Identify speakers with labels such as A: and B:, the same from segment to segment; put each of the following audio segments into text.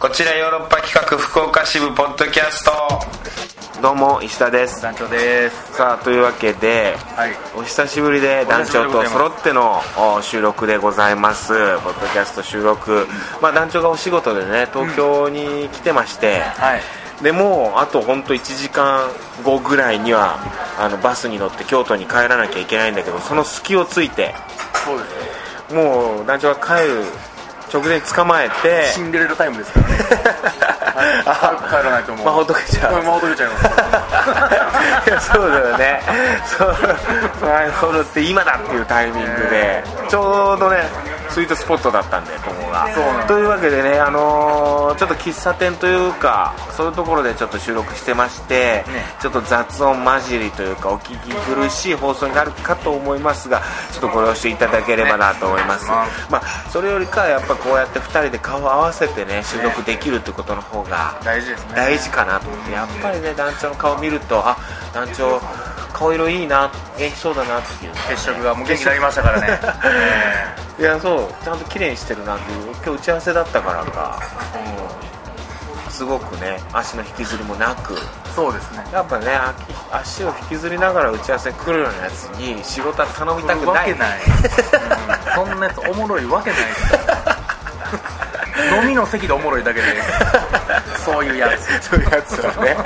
A: こちらヨーロッパ企画福岡支部ポッドキャスト
B: どうも石田です
C: 団長です
B: さあというわけで
C: はい
B: お久しぶりで団長と揃ってのお収録でございますポッドキャスト収録、まあ、団長がお仕事でね東京に来てまして、
C: はい
B: でもうあと本当1時間後ぐらいにはあのバスに乗って京都に帰らなきゃいけないんだけどその隙をついて
C: そうですね
B: もう団長が帰る直前に捕まえ て
C: シンデレラタイムですからね早く帰らないと思う
B: 魔法解けちゃう
C: これ魔法解けちゃい ます
B: いやそうだ よねそうなるほどって今だっていうタイミングでちょうどねスイートスポットだったんでここが
C: そうなんだ
B: というわけでね、あのーちょっと喫茶店というかそういうところでちょっと収録してまして、ちょっと雑音混じりというかお聞き苦しい放送になるかと思いますがちょっとご了承いただければなと思います、まあ、それよりかはやっぱこうやって2人で顔を合わせてね収録できるってことの方が
C: 大事ですね
B: 大事かなと思ってやっぱりね団長の顔見るとあ団長顔色いいな元気そうだなっていう
C: 血色がもう元気になりましたからねえ
B: いやそうちゃんと綺麗にしてるなっていう今日打ち合わせだったからか、うん、すごくね足の引きずりもなく
C: えそうですね
B: やっぱねあ足を引きずりながら打ち合わせ来るようなやつに仕事は頼みたく
C: わ
B: ない
C: けない、うん、そんなやつおもろいわけないです飲みの席でおもろいだけでそういうやつ
B: そういうやつはね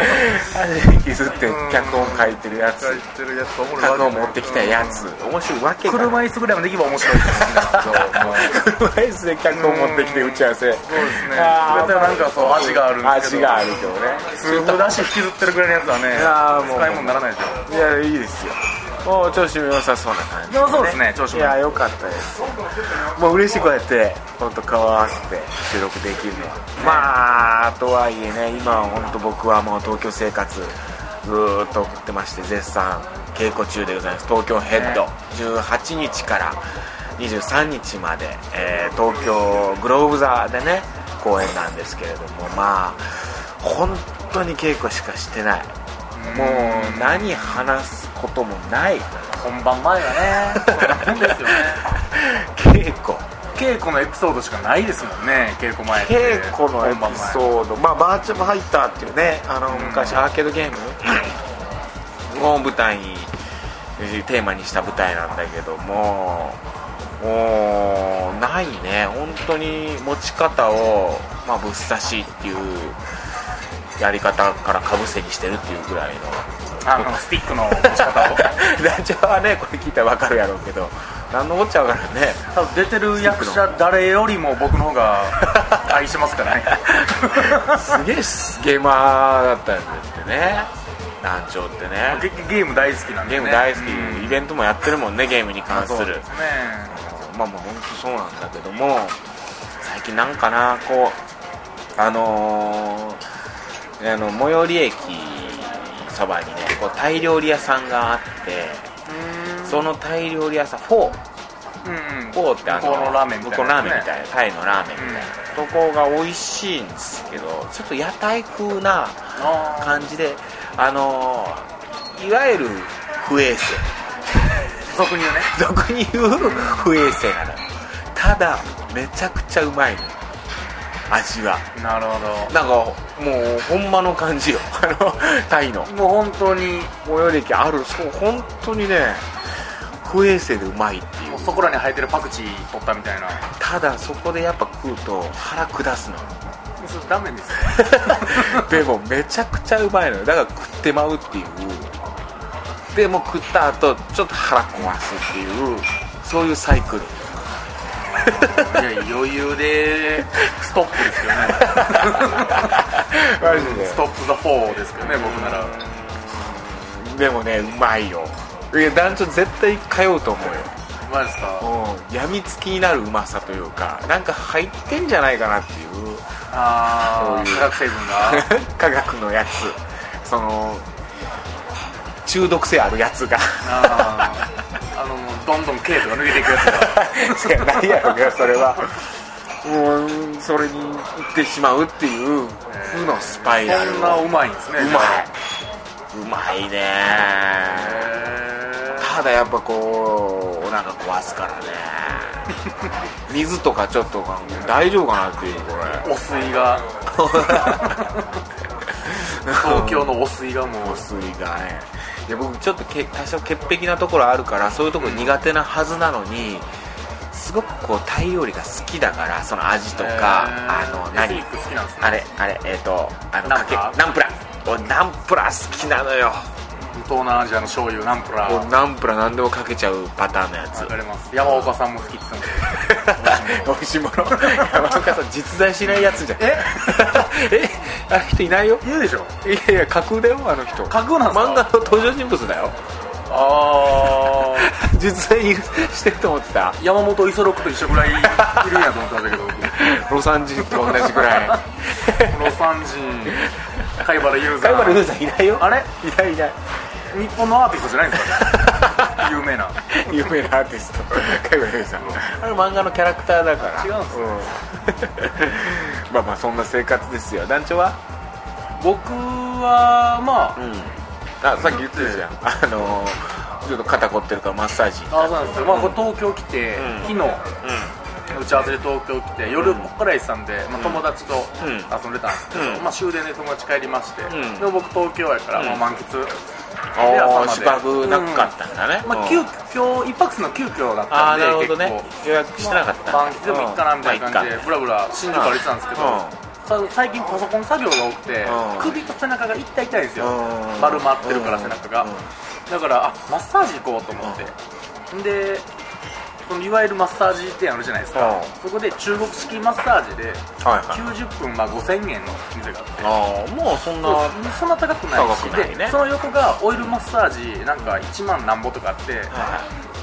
B: 足引きずって脚本書いてるやつ
C: てるやつおも
B: 脚本持ってきたやつ面白いわけがない
C: 車椅子ぐらいまで行けば面白い ですけどもう
B: 車椅子で脚本持ってきて打ち合わせ
C: そうですね
B: あー
C: だったらなんかそう味があるんですけ
B: 味
C: ど
B: があるけどね
C: 通風出し引きずってるぐらいのやつはね
B: やーもう
C: 使い物にならないですよ
B: いやいいですよもう調子も良さそうな感じ
C: いやそうですね調子
B: い
C: も
B: や良かったですもう嬉しいこうやって本当顔合わせて収録できるのはまあとはいえね今は本当僕はもう東京生活ずーっと送ってまして絶賛稽古中でございます東京ヘッド、
C: ね
B: 18日から23日まで、えー東京グローブ座でね公演なんですけれどもまあ本当に稽古しかしてないもう何話すこともない
C: 本番前はねそうなんですよね
B: 稽古
C: 稽古のエピソードしかないですもんね稽古前って
B: 稽古のエピ
C: ー
B: ソード、まあ、バーチャルハイターっていうねあの
C: ん
B: 昔アーケードゲームを舞台にテーマにした舞台なんだけどももうないね本当に持ち方を、まあ、ぶっ刺しっていうやり方からかぶせにしてるっていうぐらいの
C: あのスティックの持ち 方を
B: 団長はねこれ聞いたら分かるやろうけど何のこっちゃ分からんね
C: 多分出てる役者誰よりも僕の方が愛してます からね
B: すげえすゲーマーだったんですってね団長ってね
C: ゲゲーム大好きなんで、
B: ゲー
C: ね、
B: ム大好き、
C: うん
B: イベントもやってるもんねゲームに関す
C: そう
B: る
C: ですね
B: まあもう本当そうなんだけども最近なんかなこうあのーあの最寄り駅そばにねこうタイ料理屋さんがあってそのタイ料理屋さんフォー
C: うんうん
B: フォーってあ
C: 向こうのラーメンみ
B: 向
C: たいな
B: こうのラーメンみ
C: ね
B: たいなタイのラーメンみたいな、そこが美味しいんですけどちょっと屋台風な
C: あー
B: 感じであのーいわゆる不衛生
C: 俗に言うね
B: 俗に言う不衛生なのただめちゃくちゃうまいの味は
C: なるほ
B: なんかもうほんまの感じよ あのタイの
C: どもう本当に
B: 最寄り駅あるそう本当にね不衛生でうまいってい
C: も
B: う
C: うそこらに生えてるパクチー取ったみたいな
B: ただそこでやっぱ食うと腹下すの よ
C: それダメですよ
B: でもめちゃくちゃうまいのよだから食ってまうっていうでもう食った後ちょっと腹壊すっていうそういうサイクル
C: いや余裕でストップですよね
B: マジで
C: ストップ・ザ・フォーですけどね僕なら
B: でもねうまいよいや団長絶対通うと思うよ
C: マジですか
B: うんやみつきになるうまさというかなんか入ってんじゃないかなっていう
C: ああ
B: そういう
C: 化学成分が
B: 科学のやつその中毒性あるやつが
C: あーあのどんどんケープが抜けていくやつが
B: しかないやろうけどそれはもううんそれに行ってしまうっていう負のスパイラル
C: そんな
B: を
C: うまいんですね
B: う
C: じゃあ
B: まいうまいね
C: へー
B: ただやっぱこうお腹壊す からね水とかちょっと大丈夫かなっていうこれ
C: お水が東京の汚水がもう
B: 水がねいや僕ちょっとけ多少潔癖なところあるからそういうところ苦手なはずなのに、すごくこうタイ料理が好きだからその味とか、
C: えー
B: あの何
C: エスニック好きなんですね
B: あれあれえっ、とあの
C: ナン
B: か
C: プ
B: け
C: ラ
B: ナンプラ俺ナンプラ好きなのよ
C: 東南アジアの醤油ナンプラ
B: 俺
C: ー
B: ナンプラ何でもかけちゃうパターンのやつ
C: わかります山岡さんも好きって言って
B: 美味しいもの山岡さん実在しないやつじゃん ええあの人いないよ
C: たいでしょ
B: いやいや架空だよあの人
C: 架空なんですか
B: 漫画の登場人物だよ
C: ああ
B: 実在いるしてると思ってた
C: 山本五十六と一緒ぐらいいるんやと思ったんだけど
B: ロサンジと同じぐらい
C: 僕ロサン人貝原ユー ザ
B: カイバル
C: ー
B: ウーザーいないよ
C: あれ
B: いないいない
C: 日本のアーティストじゃないんですかね有名な
B: 有名なアーティストカイバルウーザーあれ漫画のキャラクターだ から
C: 違うんですね
B: うんまあまあそんな生活ですよ団長は
C: 僕はま
B: う
C: あ
B: んあさっき言ってたじゃんあのーちょっと肩凝ってるからマッサージ
C: あそうなんですよ、まあ、これ東京来て、
B: ん
C: 昨日打ち合わせで東京来て夜こっから行ってたんで、まあ、友達と
B: うん
C: 遊んでたんですけど、
B: うん
C: まあ、終電で友達帰りまして、
B: ん
C: でも僕東京やから、まあ、満喫、で朝
B: お
C: ま
B: お
C: で
B: 芝生なかったんだね、
C: ま
B: う
C: あ、
B: ん
C: 急遽一泊するの急遽だっ
B: あ
C: た
B: あ
C: ん
B: な
C: で
B: るほどね
C: 結
B: 予約してなかった
C: 構満喫でもいいかなみたいな感じ
B: う
C: で
B: んま
C: ブラブラ新宿歩いてたんですけど、さ最近パソコン作業が多くて、
B: うん
C: 首と背中が痛い痛いんですよ、
B: うん
C: 丸まってるから
B: うん
C: 背中が、
B: うん
C: だからあマッサージ行こうと思って、でそのいわゆるマッサージ店あるじゃないですか、そこで中国式マッサージで
B: いかはいはい
C: 90分、まあ、5000円の店があって
B: ああもうそんな
C: そうそんな高くないし
B: 高くないね
C: でその横がオイルマッサージなんか1万なんぼとかあって、で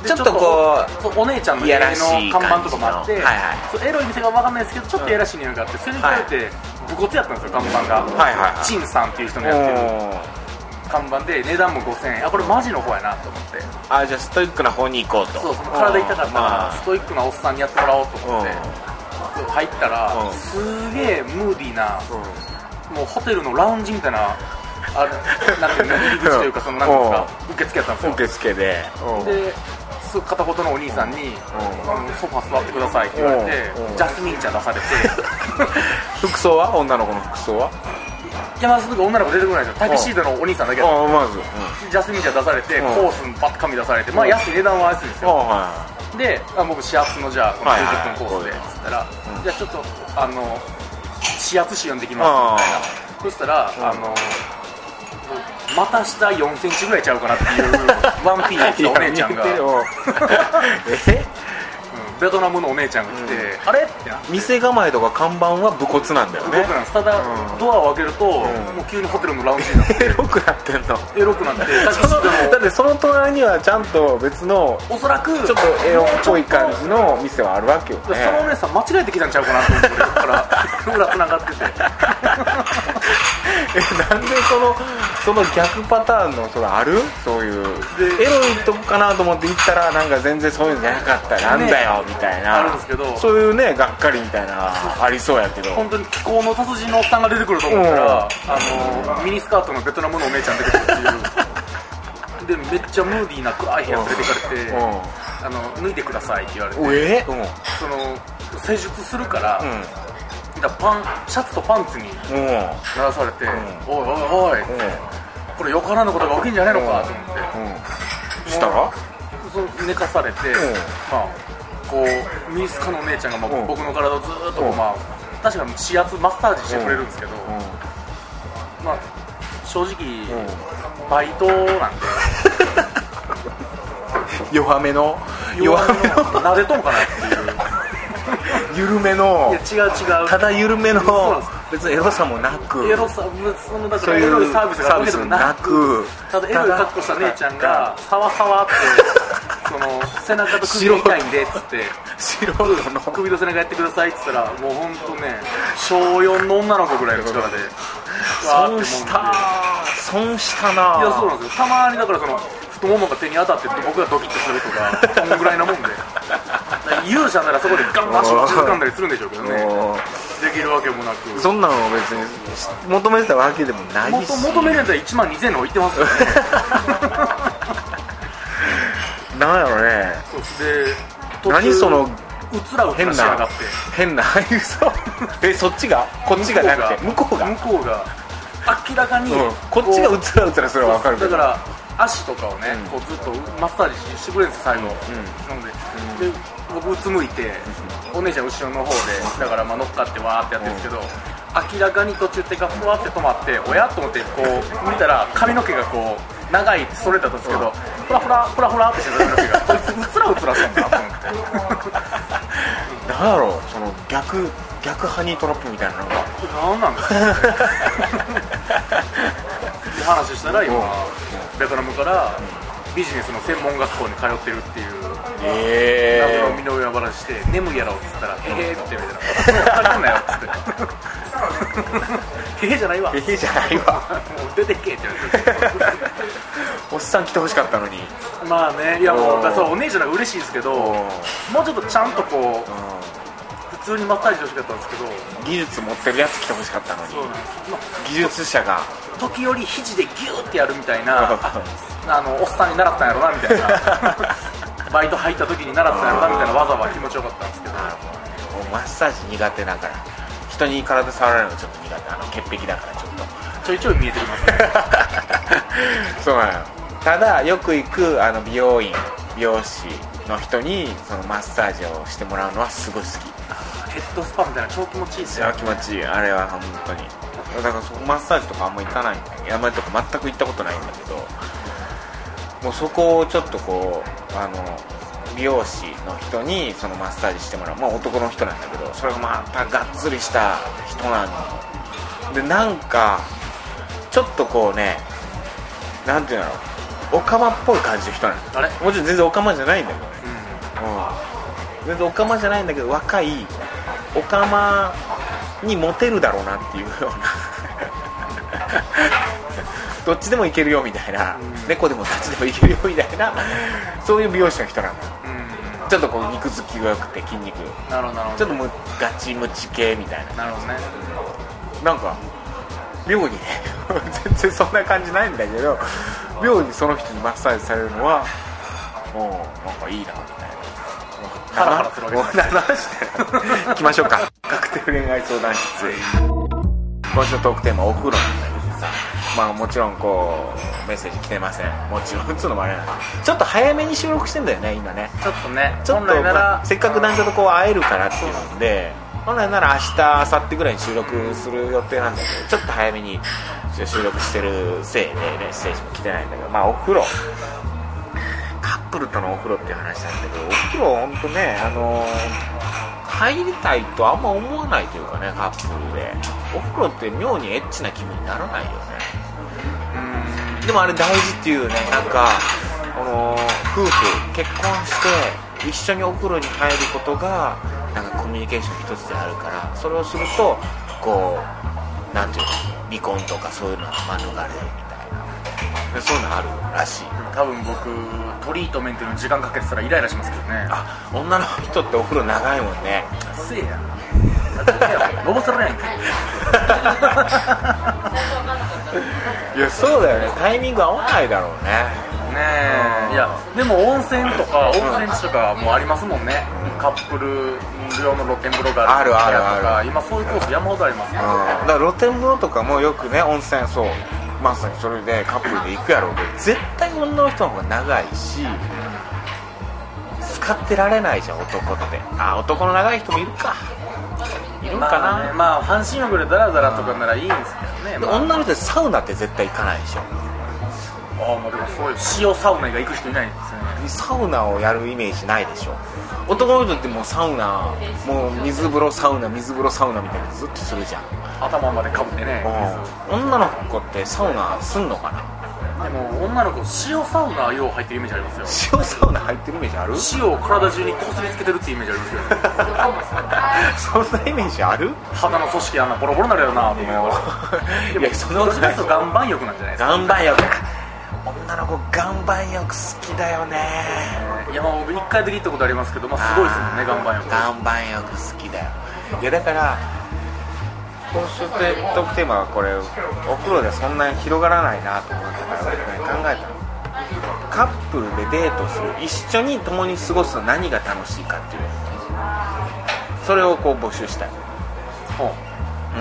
B: ちょっとこ
C: ちょっとお姉ちゃんの
B: い
C: 家
B: やらし
C: の
B: い
C: 看板とかもあって、
B: 感じのはいはい
C: そうエロい店がわかんないですけどちょっとやらしい匂いがあってそれに加えて武骨やったんですよ看板が、
B: はいはいはい
C: 陳さんっていう人
B: う
C: のやってる
B: おー
C: 看板で値段も5000円あこれマジの方やなと思って
B: あーじゃあストイックな方に行こうと
C: そうその体痛かったか
B: ま
C: らストイックなおっさんにやってもらおうと思ってそう入った
B: う
C: ら
B: ん
C: すげえムーディーな
B: うん
C: もうホテルのラウンジみたいなあれなんていうの入り口というかそのなんていうんですか受付やったんですよ
B: 受付で
C: です片言のお兄さんに
B: ん
C: あの「ソファ座ってください」って言われて
B: うん
C: ジャスミン茶出されて
B: 服装は女の子の服装はい
C: やまあその時女の子出てこないですよタキシードのお兄さんだけだっ
B: ああまず、うん、
C: たジャスミン茶出されて
B: うん
C: コースにバッと紙出されてまあ
B: うん
C: 安い値段は安いです
B: ああ
C: よ
B: は
C: であ僕始圧のじゃあこの
B: はいはい
C: 90分コースで
B: こうい
C: っ
B: う
C: つったら
B: うん
C: じゃあちょっとあの始圧紙読んでき
B: いあ
C: ますみたいなそしたら
B: ん
C: あの股下4センチぐらいちゃうかなっていう ワンピースのお姉ちゃんが
B: いや
C: うん
B: 見てよえ
C: ベトナムのお姉ちゃんが来てあれってなって
B: 店構えとか看板は武骨なんだよ
C: 動
B: ね
C: くなんですただ、
B: うん
C: ドアを開けると、
B: ん
C: もう急にホテルのラウンジになって
B: エロくなってんの
C: エロくなってタキシ
B: その
C: ー
B: だ
C: ド
B: っ
C: も
B: てその隣にはちゃんと別の
C: おそらく
B: ちょっとエロっぽい感じの店はあるわけよ
C: そのお
B: ね
C: 姉さん間違えてきたんちゃうかなと思って俺から 裏繋がってて
B: えなんでそのその逆パターンのそれあるそういう
C: で
B: エロいとこかなと思って行ったらなんか全然そういうのじゃなかったなんだよみたいな
C: あるんですけど
B: そういうねがっかりみたいなありそうやけど
C: 本当に気候の達人のおっさんが出てくると思ったら、あのミニスカートのベトナムのお姉ちゃん出てくるっていうでめっちゃムーディーな暗い部屋連れてかれて、
B: う
C: あの脱いでくださいって言われて
B: んえうん
C: その施術するから,、だからパンシャツとパンツに
B: うんうん
C: 鳴らされて、
B: ん
C: おいおいおい、これよからぬことが起きんじゃないのかと思って、
B: うんしたら
C: その寝かされて、
B: ん
C: まあ、こうミニスカのお姉ちゃんが、まあ
B: うん
C: 僕の体をずーっと、
B: うん
C: まあ、確かに指圧マッサージしてくれるんですけど、
B: うん
C: まあ、正直、バイトなんで
B: 弱めの弱
C: 弱
B: め
C: めの
B: の
C: 撫でとんかなっていう
B: 緩めの
C: いや違う違う
B: ただ緩めの
C: そうなんです
B: 別にエロさもなく
C: エロさそのだか
B: そ
C: ら
B: うい
C: エロいうサービスが
B: サ
C: あ
B: ービ
C: るけ
B: ス
C: ど
B: も
C: な
B: なく
C: ただエロい格好した姉ちゃんがサワサワってその背中と首が痛いんでっつって
B: 素人の
C: 首と背中やってくださいって言ったらもう本当ね小4の女の子ぐらいの力でわーっても
B: 損
C: んで
B: した損したない
C: やそうなんですよたまにだからその太ももが手に当たってって僕がドキッとするとかそのぐらいなもんでだから勇者ならそこでガンガン足を掴んだりするんでしょうけどね
B: も
C: できるわけもなく
B: うそんなの別に求めてたわけでもないし
C: 元求められたら1万2000円の置いてますからね
B: なんやろね
C: そうで途中
B: 何その
C: うつらうつ
B: 変
C: らしやが
B: な
C: って
B: 変な俳優 さんえそっちがこっちがなくて向こうが
C: 向こうが明らかに、
B: うんこっちがうつらうつらするのは分かるけ
C: だ
B: ど
C: から足とかをね、
B: うん
C: こうずっとマッサージしてくれるんですよ最後、
B: ん
C: なので,、で僕うつむいて、お姉ちゃん後ろの方でだからまあ乗っかってわーってやってるんですけど、明らかに途中手がふわって止まっておやと思ってこう見たら髪の毛がこう長いそれだったんですけど、ふらふらふらふらってしてた髪の毛がこいつうつらうつらしたんだなと思って
B: なんだろうその逆逆ハニートラップみたいなのが
C: これ何なんですかねって話したら今ベトナムからビジネスの専門学校に通ってるっていう
B: え
C: 身の上話して「眠いやろ」っつっ たら「へへ」って言われたら「かんなよ」っつって「へへじゃないわ」も
B: ええじゃないわ
C: う出てけ」って言われて
B: おっさん来てほしかったのに
C: まあねいやもうだからそうお姉ちゃんが嬉しいですけど
B: うん
C: もうちょっとちゃんとこう普通にマッサージしてほしかったんですけど
B: 技術持ってるやつ来てほしかったのに
C: そうなんです、まあ、
B: 技術者 が
C: 時折肘でギューってやるみたいな ああのおっさんに習ったんやろなみたいなバイト入った時に習ったんやろなみたいな技は気持ちよかったんですけど
B: もうマッサージ苦手だから人に体触られるのちょっと苦手あの潔癖だからちょっと
C: ちょいちょい見えてきますね
B: そうなのただよく行くあの美容院美容師の人にそのマッサージをしてもらうのはすごい好き
C: ヘッドスパみたいな超気持ちいいです
B: い
C: よ
B: や気持ちいいあれは本当にだからそこマッサージとかあんま行かないんだ山とか全く行ったことないんだけどもうそこをちょっとこうあの美容師の人にそのマッサージしてもらうまあ男の人なんだけどそれがまたがっつりした人なのでなんかちょっとこうねなんていうんだろうオカマっぽい感じの人なの
C: あれ
B: もちろん全然オカマじゃないんだけどね、
C: う
B: うん、全然オカマじゃないんだけど若いオカマにモテるだろうなっていうよう などっちでもいけるよみたいな、
C: うん
B: 猫でも立ちでもいけるよみたいなそういう美容師の人なんだよ
C: ん、うん、
B: ちょっとこう肉付きが良くて筋肉ち
C: なるほどなるほ
B: ょ
C: ど
B: っとむガチムチ系みたいな
C: なるほどね
B: なんか妙にね全然そんな感じないんだけど妙にその人にマッサージされるのはもうなんかいいなみたいな
C: ハラハラするわけじゃない
B: なして行きましょうか確定恋愛相談室今週のトークテーマ「お風呂」なんだけどさまあもちろんこうメッセージ来てませんもちろん打つうのもあれなんだけどちょっと早めに収録してんだよね今ね
C: ちょっとね
B: ちょっと、
C: 本来なら、
B: まあせっかく男女とこう会えるからっていうんで本来なら明日明後日ぐらいに収録する予定なんだけどちょっと早めに収録してるせいでメッセージも来てないんだけどまあお風呂カップルとのお風呂っていう話なんだけどお風呂本当ねあの入りたいとあんま思わないというかねカップルでお風呂って妙にエッチな気分にならないよねでもあれ大事っていうねなんかあのー夫婦結婚して一緒にお風呂に入ることがなんかコミュニケーション一つであるからそれをするとこうなんていうの離婚とかそういうのは免れるみたいなでそういうのあるらしい
C: うん多分僕トリートメントに時間かけてたらイライラしますけどね
B: あ女の人ってお風呂長いもんね
C: せえやロボせられ ないんかい
B: いやそうだよねタイミング合わないだろうね
C: ねえいやでも温泉とか温泉地とかもありますもんねカップル用の露天風呂がある
B: あるあるあ
C: る今そういうコース山ほどありますよ
B: うん、だから露天風呂とかもよくね温泉そうまさにそれでカップルで行くやろうけど絶対女の人の方が長いし使ってられないじゃん男ってあ男の長い人もいるかいるんかな、
C: まあねまあ半身浴でダラダラとかならいいんですけどね
B: で
C: まあ
B: 女の人ってサウナって絶対行かないでしょ
C: ああまあでもそういう塩サウナが行く人いないんですよね
B: サウナをやるイメージないでしょ男の人ってもうサウナもう水風呂サウナ水風呂サウナみたいなのずっとするじゃん、
C: 頭までかぶってね
B: うん、女の子ってサウナすんのかな
C: でも女の子塩サウナよう入ってるイメージあります
B: 塩サウナ入ってるイメージある
C: よ塩を体中にこすりつけてるってイメージありますよ
B: そんなイメージあ る
C: 肌の組織あんなボロボロになるよなと思いながら
B: いやそんなことない
C: でもそれこそ岩盤浴なんじゃないで
B: 岩盤浴女の子岩盤浴好きだよね
C: すかいやまあ僕一回だけ行ったことありますけどまあすごいですもんね岩盤浴
B: 岩盤浴好きだよいやだから今週ってトークテーマはこれお風呂でそんなに広がらないなと思ったから、ね、考えたのカップルでデートする一緒に共に過ごすの何が楽しいかっていうそれをこう募集したい、
C: ほ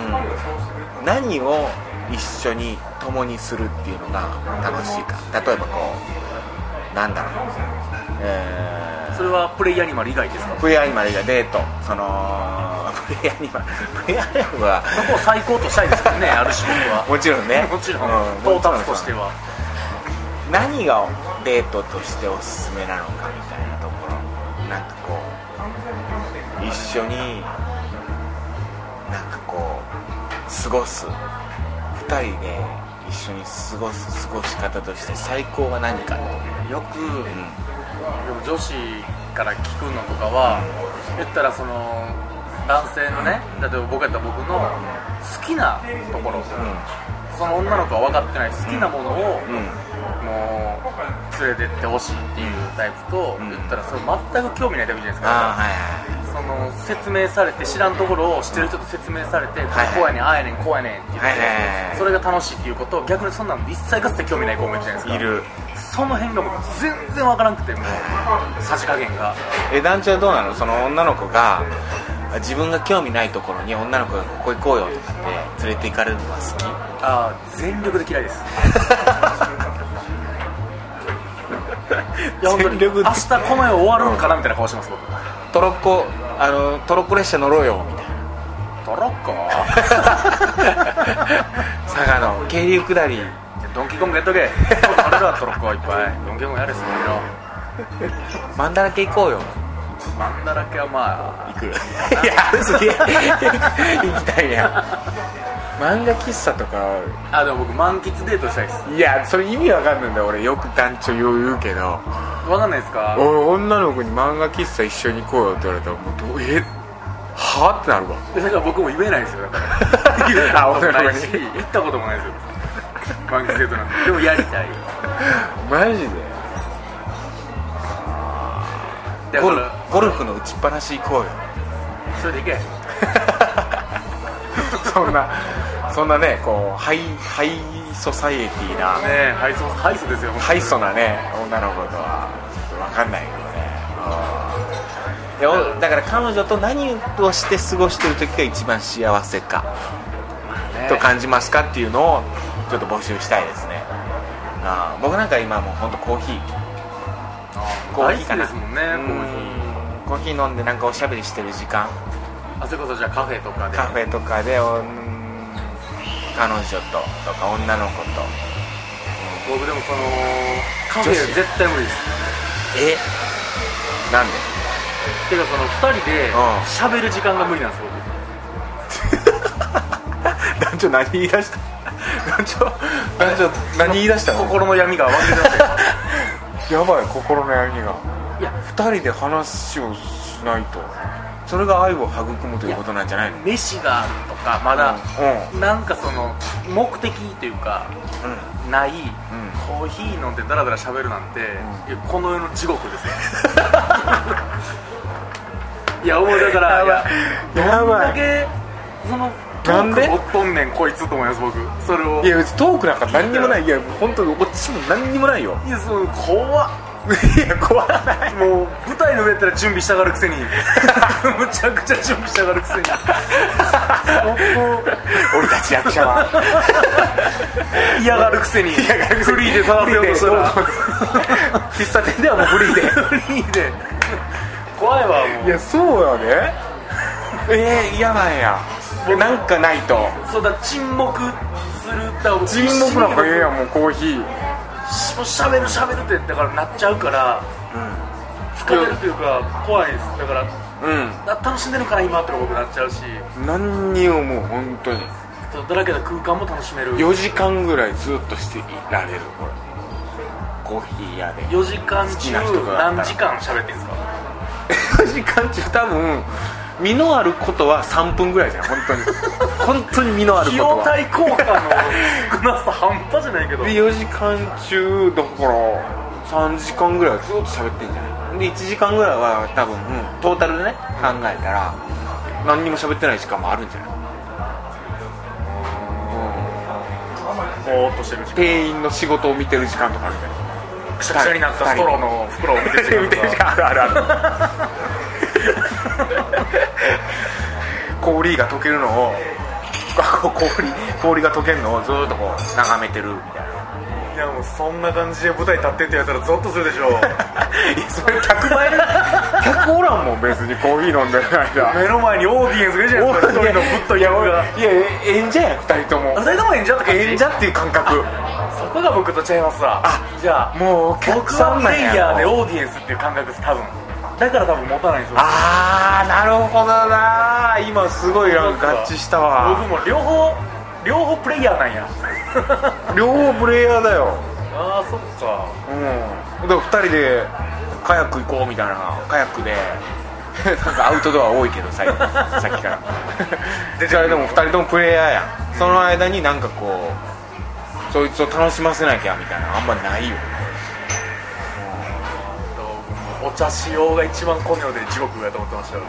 C: う
B: うん、何を一緒に共にするっていうのが楽しいか例えばこうなんだろうえー
C: それはプレイヤーにマル以外ですか
B: プレイアニマルがデートその プレイアニマルプレイアニマルは
C: そこを最高としたいですけどねある種僕は
B: もちろんね
C: もちろん
B: うん
C: 到達としては
B: 何がデートとしておすすめなのかみたいなところなんかこう一緒になんかこう過ごす2人で一緒に過ごす過ごし方として最高は何か
C: よく、
B: うん
C: でも女子から聞くのとかは、言ったらその男性のね、例えば僕やったら僕の好きなところ、その女の子は分かってない好きなものを、
B: うんうん
C: もう連れてってほしいっていうタイプと、
B: うん
C: 言ったらそれ全く興味ないタイプじゃないです
B: ああ
C: か、
B: はいはい
C: その説明されて知らんところを知ってる人と説明されて、
B: はい
C: こうやねんああやねんこうやねんって言って、
B: はいはいはい
C: それが楽しいっていうことを逆にそんなの一切かつて興味ない子もいるじゃないですか
B: いる
C: その辺がもう全然わからなくてもうさじ加減が
B: え団長はどうなのその女の子が自分が興味ないところに女の子がここ行こうよとかって連れて行かれるのは好き
C: あー全力で嫌いですいや本当に
B: 全力で
C: 明日この世終わるんかなみたいな顔してます僕
B: トロッコあのトロッコ列車乗ろうよみたいな
C: トロッコ
B: 佐賀の渓流下り
C: ドンキーコングやっとけあれだトロッコいっぱいドンキーコングやれすごいな
B: マンダラケ行こうよ
C: マンだらけはまあ
B: 行くいやすげえ行きたいやん漫画喫茶とか
C: あでも僕満喫デートしたいです
B: いやそれ意味わかんないんだよ俺よく団長よう言うけど
C: わかんないですか
B: 俺女の子に漫画喫茶一緒に行こうよって言われたらもうどうえはあってなるわ
C: だから僕も言えないですよだ から言えたこともないし
B: あ
C: 行ったこともないですよ満喫デートなんてでもやりたい
B: マジで
C: だ
B: ゴ
C: か
B: ル
C: ら
B: ゴルフの打ちっぱなし行こうよ
C: それで行け
B: そんなそんなねこうハイハイソサイエティな
C: ねえ配送配送ですよ本当に
B: ハイソなね女の子とは分かんないけどねいやおだから彼女と何をして過ごしてる時が一番幸せか
C: ね
B: と感じますかっていうのをちょっと募集したいですねあー僕なんか今もうほんとコーヒーコーヒーかな
C: 大好きですもんね
B: うんコーヒー飲んでなんかおしゃべりしてる時間
C: あそれこそじゃあカフェとかで
B: カフェとかでお彼女ととか女の子と
C: 僕でもそのカフェ
B: 女子
C: 絶対無理です
B: えなんで
C: てかその2人で
B: うん
C: 喋る時間が無理なんです僕
B: 団長何言い出した団長団長何言い出したの
C: 心の闇が湧き出して
B: やばい心の闇が
C: いや
B: 二人で話をしないとそれが愛を育むということなんじゃないの
C: 飯があるとかまだ
B: う
C: なんかその目的というか
B: うん
C: ないコーヒー飲んでダラダラ喋るなんていやこの世の地獄ですよ いや思うだからいや
B: や
C: どん
B: ば
C: だ
B: い
C: けその
B: なんで
C: 持っとんねんこいつと思います僕それを
B: いや別にトークなんか何にもないいや本当にこっちも何にもないよ
C: いやその怖っ
B: いや怖ない
C: もう舞台の上やったら準備したがるく せにむちゃくちゃ準備したがるくせに
B: 俺たち役者は
C: 嫌がるくせにフリーで探せようとしたら
B: 喫茶店ではもうフリーで
C: フリーで怖いわも
B: いやそうやねえー、嫌なんやなんかないと
C: うそうだ沈黙するだから
B: 沈黙なんかええやんもうコーヒー
C: しもうしゃべるしゃべるってだからなっちゃうから、疲れるというか怖いですだから
B: う
C: な楽しんでるから今とか僕なっちゃうし
B: ん何にももう本当に
C: そうだらけた空間も楽しめる
B: 4時間ぐらいずっとしていられるこれコーヒー屋で
C: 4時間中
B: きな人がだったら
C: 何時間喋ってんですか
B: 4時間中多分身のあることは3分ぐらいじゃん本当に本当に身のある
C: 費
B: こと
C: 用
B: は
C: 対効果の少なさ半端じゃないけ ど
B: で4時間中だから3時間ぐらいはずっと喋ってんじゃないで1時間ぐらいは多分、うんトータルでね考えたら何にも喋ってない時間もあるんじゃない
C: ぼーっとしてる時間
B: 店員の仕事を見てる時間とかあるじゃない
C: くしゃくしゃになったストローの袋を見てる時間
B: 見てる時間あるあるある氷が溶けるのを あこう氷氷が溶けるのをずーっとこう眺めてるみ たいない
C: やもうそんな感じで舞台立ってってやったらゾッとするでし ょ
B: いやそれ客前で客おらんもん別にコーヒー飲んでる間
C: 目の前にオーディエンスがいるじゃないですか一人のぶっといや
B: い
C: が
B: やいや演者や二人とも
C: それとも演者って感じ
B: 演者っていう感覚
C: そこが僕とちゃいますわじゃあ
B: もうお客
C: 僕
B: さ
C: は
B: ん
C: プ
B: なん
C: レイヤー
B: や
C: で
B: ろ
C: オーディエンスっていう感覚です多分だから多分持たないんですよ
B: ああなるほどな今すごいなんか合致したわ
C: 僕も両方両方プレイヤ ーなんや
B: 両方プレイヤーだよ
C: ああそっか
B: うんで2人でカヤック行こうみたいなカヤックで なんかアウトドア多いけど最近さっき からでそれでも2人ともプレイヤーやんその間になんかこうそいつを楽しませなきゃみたいなのあんまないよ
C: お茶しようが一番この世で地獄やと思ってましたよね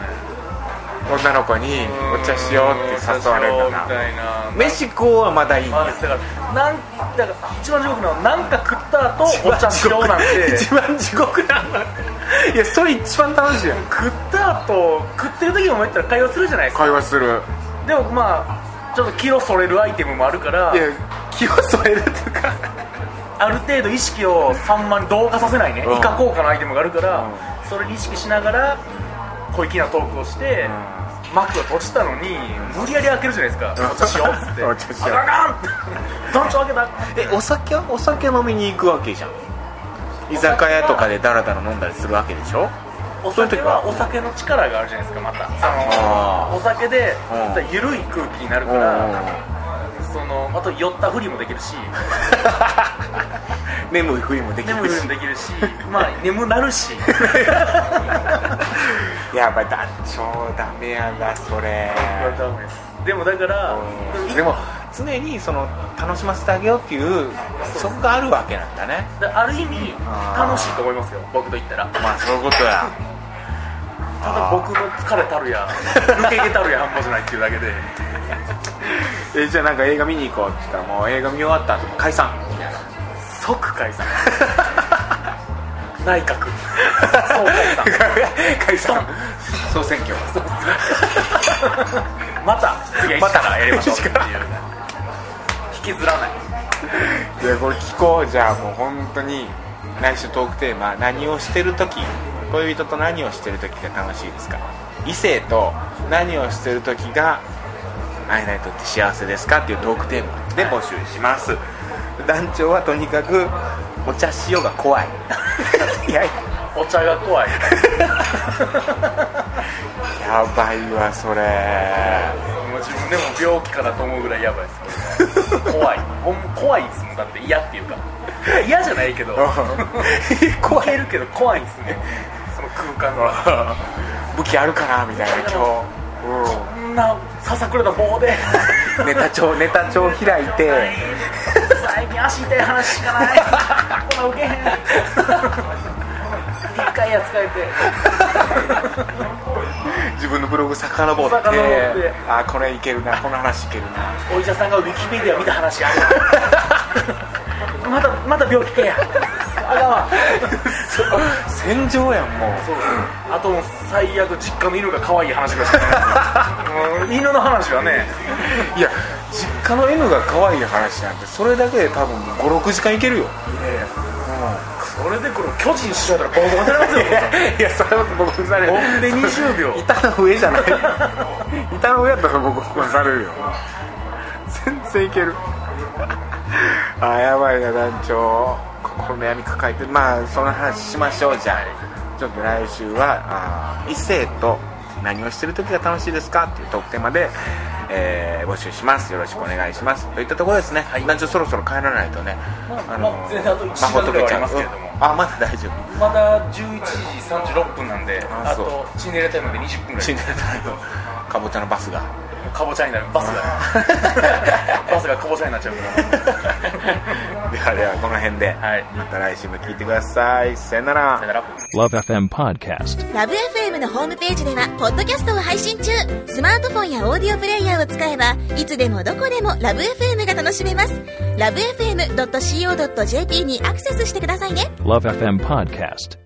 B: 女の子にお茶しようって誘われるんだ
C: み
B: な
C: たいな
B: 飯食おうはまだいいん
C: まあ、だ
B: や
C: からなんだから一番地獄なのはなんか食った後お茶しようなん て
B: 一番地獄なんだいやそれ一番楽しいやん
C: 食った後食ってる時も言ったら会話するじゃないですか
B: 会話する
C: でもまあちょっと気をそれるアイテムもあるから
B: いや気を添えるっていうか
C: ある程度意識を散漫に同化させないね、
B: うん
C: 以下効果のアイテムがあるから、
B: う
C: それに意識しながら小粋なトークをして、幕を閉じたのに無理やり開けるじゃないですか、
B: ん
C: お茶しようっつっ て
B: お茶しよう
C: あかんってどんちょ開けた
B: えお酒はお酒飲みに行くわけじゃん居酒屋とかでダラダラ飲んだりするわけでしょ
C: お
B: そういう
C: 酒
B: 時は
C: はお酒の力があるじゃないですかまた
B: あ
C: そのお酒で
B: うん
C: ゆるい空気になる
B: う
C: か
B: ん
C: らそのあと酔ったふりもできるし
B: 眠いふりもでき
C: 眠い
B: る
C: ふり
B: し
C: もできるしまあ眠なる し
B: やばい団長ダメやなそれ
C: でもだから
B: うんでも常にその楽しませてあげようっていうそこがあるわけなんだね
C: だある意味
B: あー
C: 楽しいと思いますよ僕と言ったら
B: まあそういうことや
C: ただ僕の疲れたる や抜け毛たるや半端じゃないっていうだけで
B: えじゃあなんか映画見に行こうって言ったらもう映画見終わった後解散
C: 即解散内閣総解散
B: 解散総選挙
C: また次は一からやりましょうっていう引きずらない
B: いやこれ聞こうじゃあもう本当に来週トークテーマ何をしてる時恋人と何をしてる時が楽しいですか異性と何をしてる時が会えないとって幸せですかっていうトークテーマで募集します団長はとにかくお茶しようが怖い いや
C: お茶が怖い
B: やばいわそれ
C: もう自分でも病気かなと思うぐらいやばいですこれ怖いほんま怖いですもんだって嫌っていうか嫌じゃない けど 怖いるけど怖いですねその空間が
B: 武器あるかなみたいな今
C: こんなささくれた棒で
B: 日、うん、ネタ帳ネタ帳開いて
C: 最近足痛い話しかないこんなウケへん一回や使えて
B: 自分のブログ遡って
C: 遡って
B: あこれいけるなこの話いけるな
C: お医者さんがウィキペディア見た話あるまだまだ病気かやあかんわ
B: 戦場やんもう
C: あともう最悪実家の犬が可愛い話が しかないもう犬の話はね
B: いや実家の N が可愛い話なんてそれだけで多分56時間いけるよ
C: それでこの巨人師匠やったらボコボコになりますよ
B: いやそれは僕こされる
C: ほんで20秒
B: 板の上じゃない 板の上やったら僕こされるよ全然いけるあやばいな団長心の闇抱えてるまあその話しましょうじゃあちょっと来週はあー異性と何をしてる時が楽しいですかっていうトークテーマで、えー募集しますよろしくお願いしますといったところですね、団長そろそろ帰らないとね、
C: まあ
B: の
C: まあ全然あと一時間ぐらいはありますけれども
B: あまだ大丈夫
C: まだ11時36分なんで
B: あ
C: あ
B: そう
C: とシンデレラタイムで20分ぐら
B: 死
C: い
B: んでないのかぼちゃのバスが
C: かぼちゃになる バスがバスがかぼちゃになっちゃうから
B: ではではこの辺で、
C: はい
B: また来週も聞いてくださいさよなら
C: さよなら
D: Love FM Podcast.
E: ラブ f m のホームページではポッドキャストを配信中スマートフォンやオーディオプレイヤーを使えばいつでもどこでもラブ f m が楽しめますラブ FM.co.jp にアクセスしてくださいね
D: Love FM Podcast.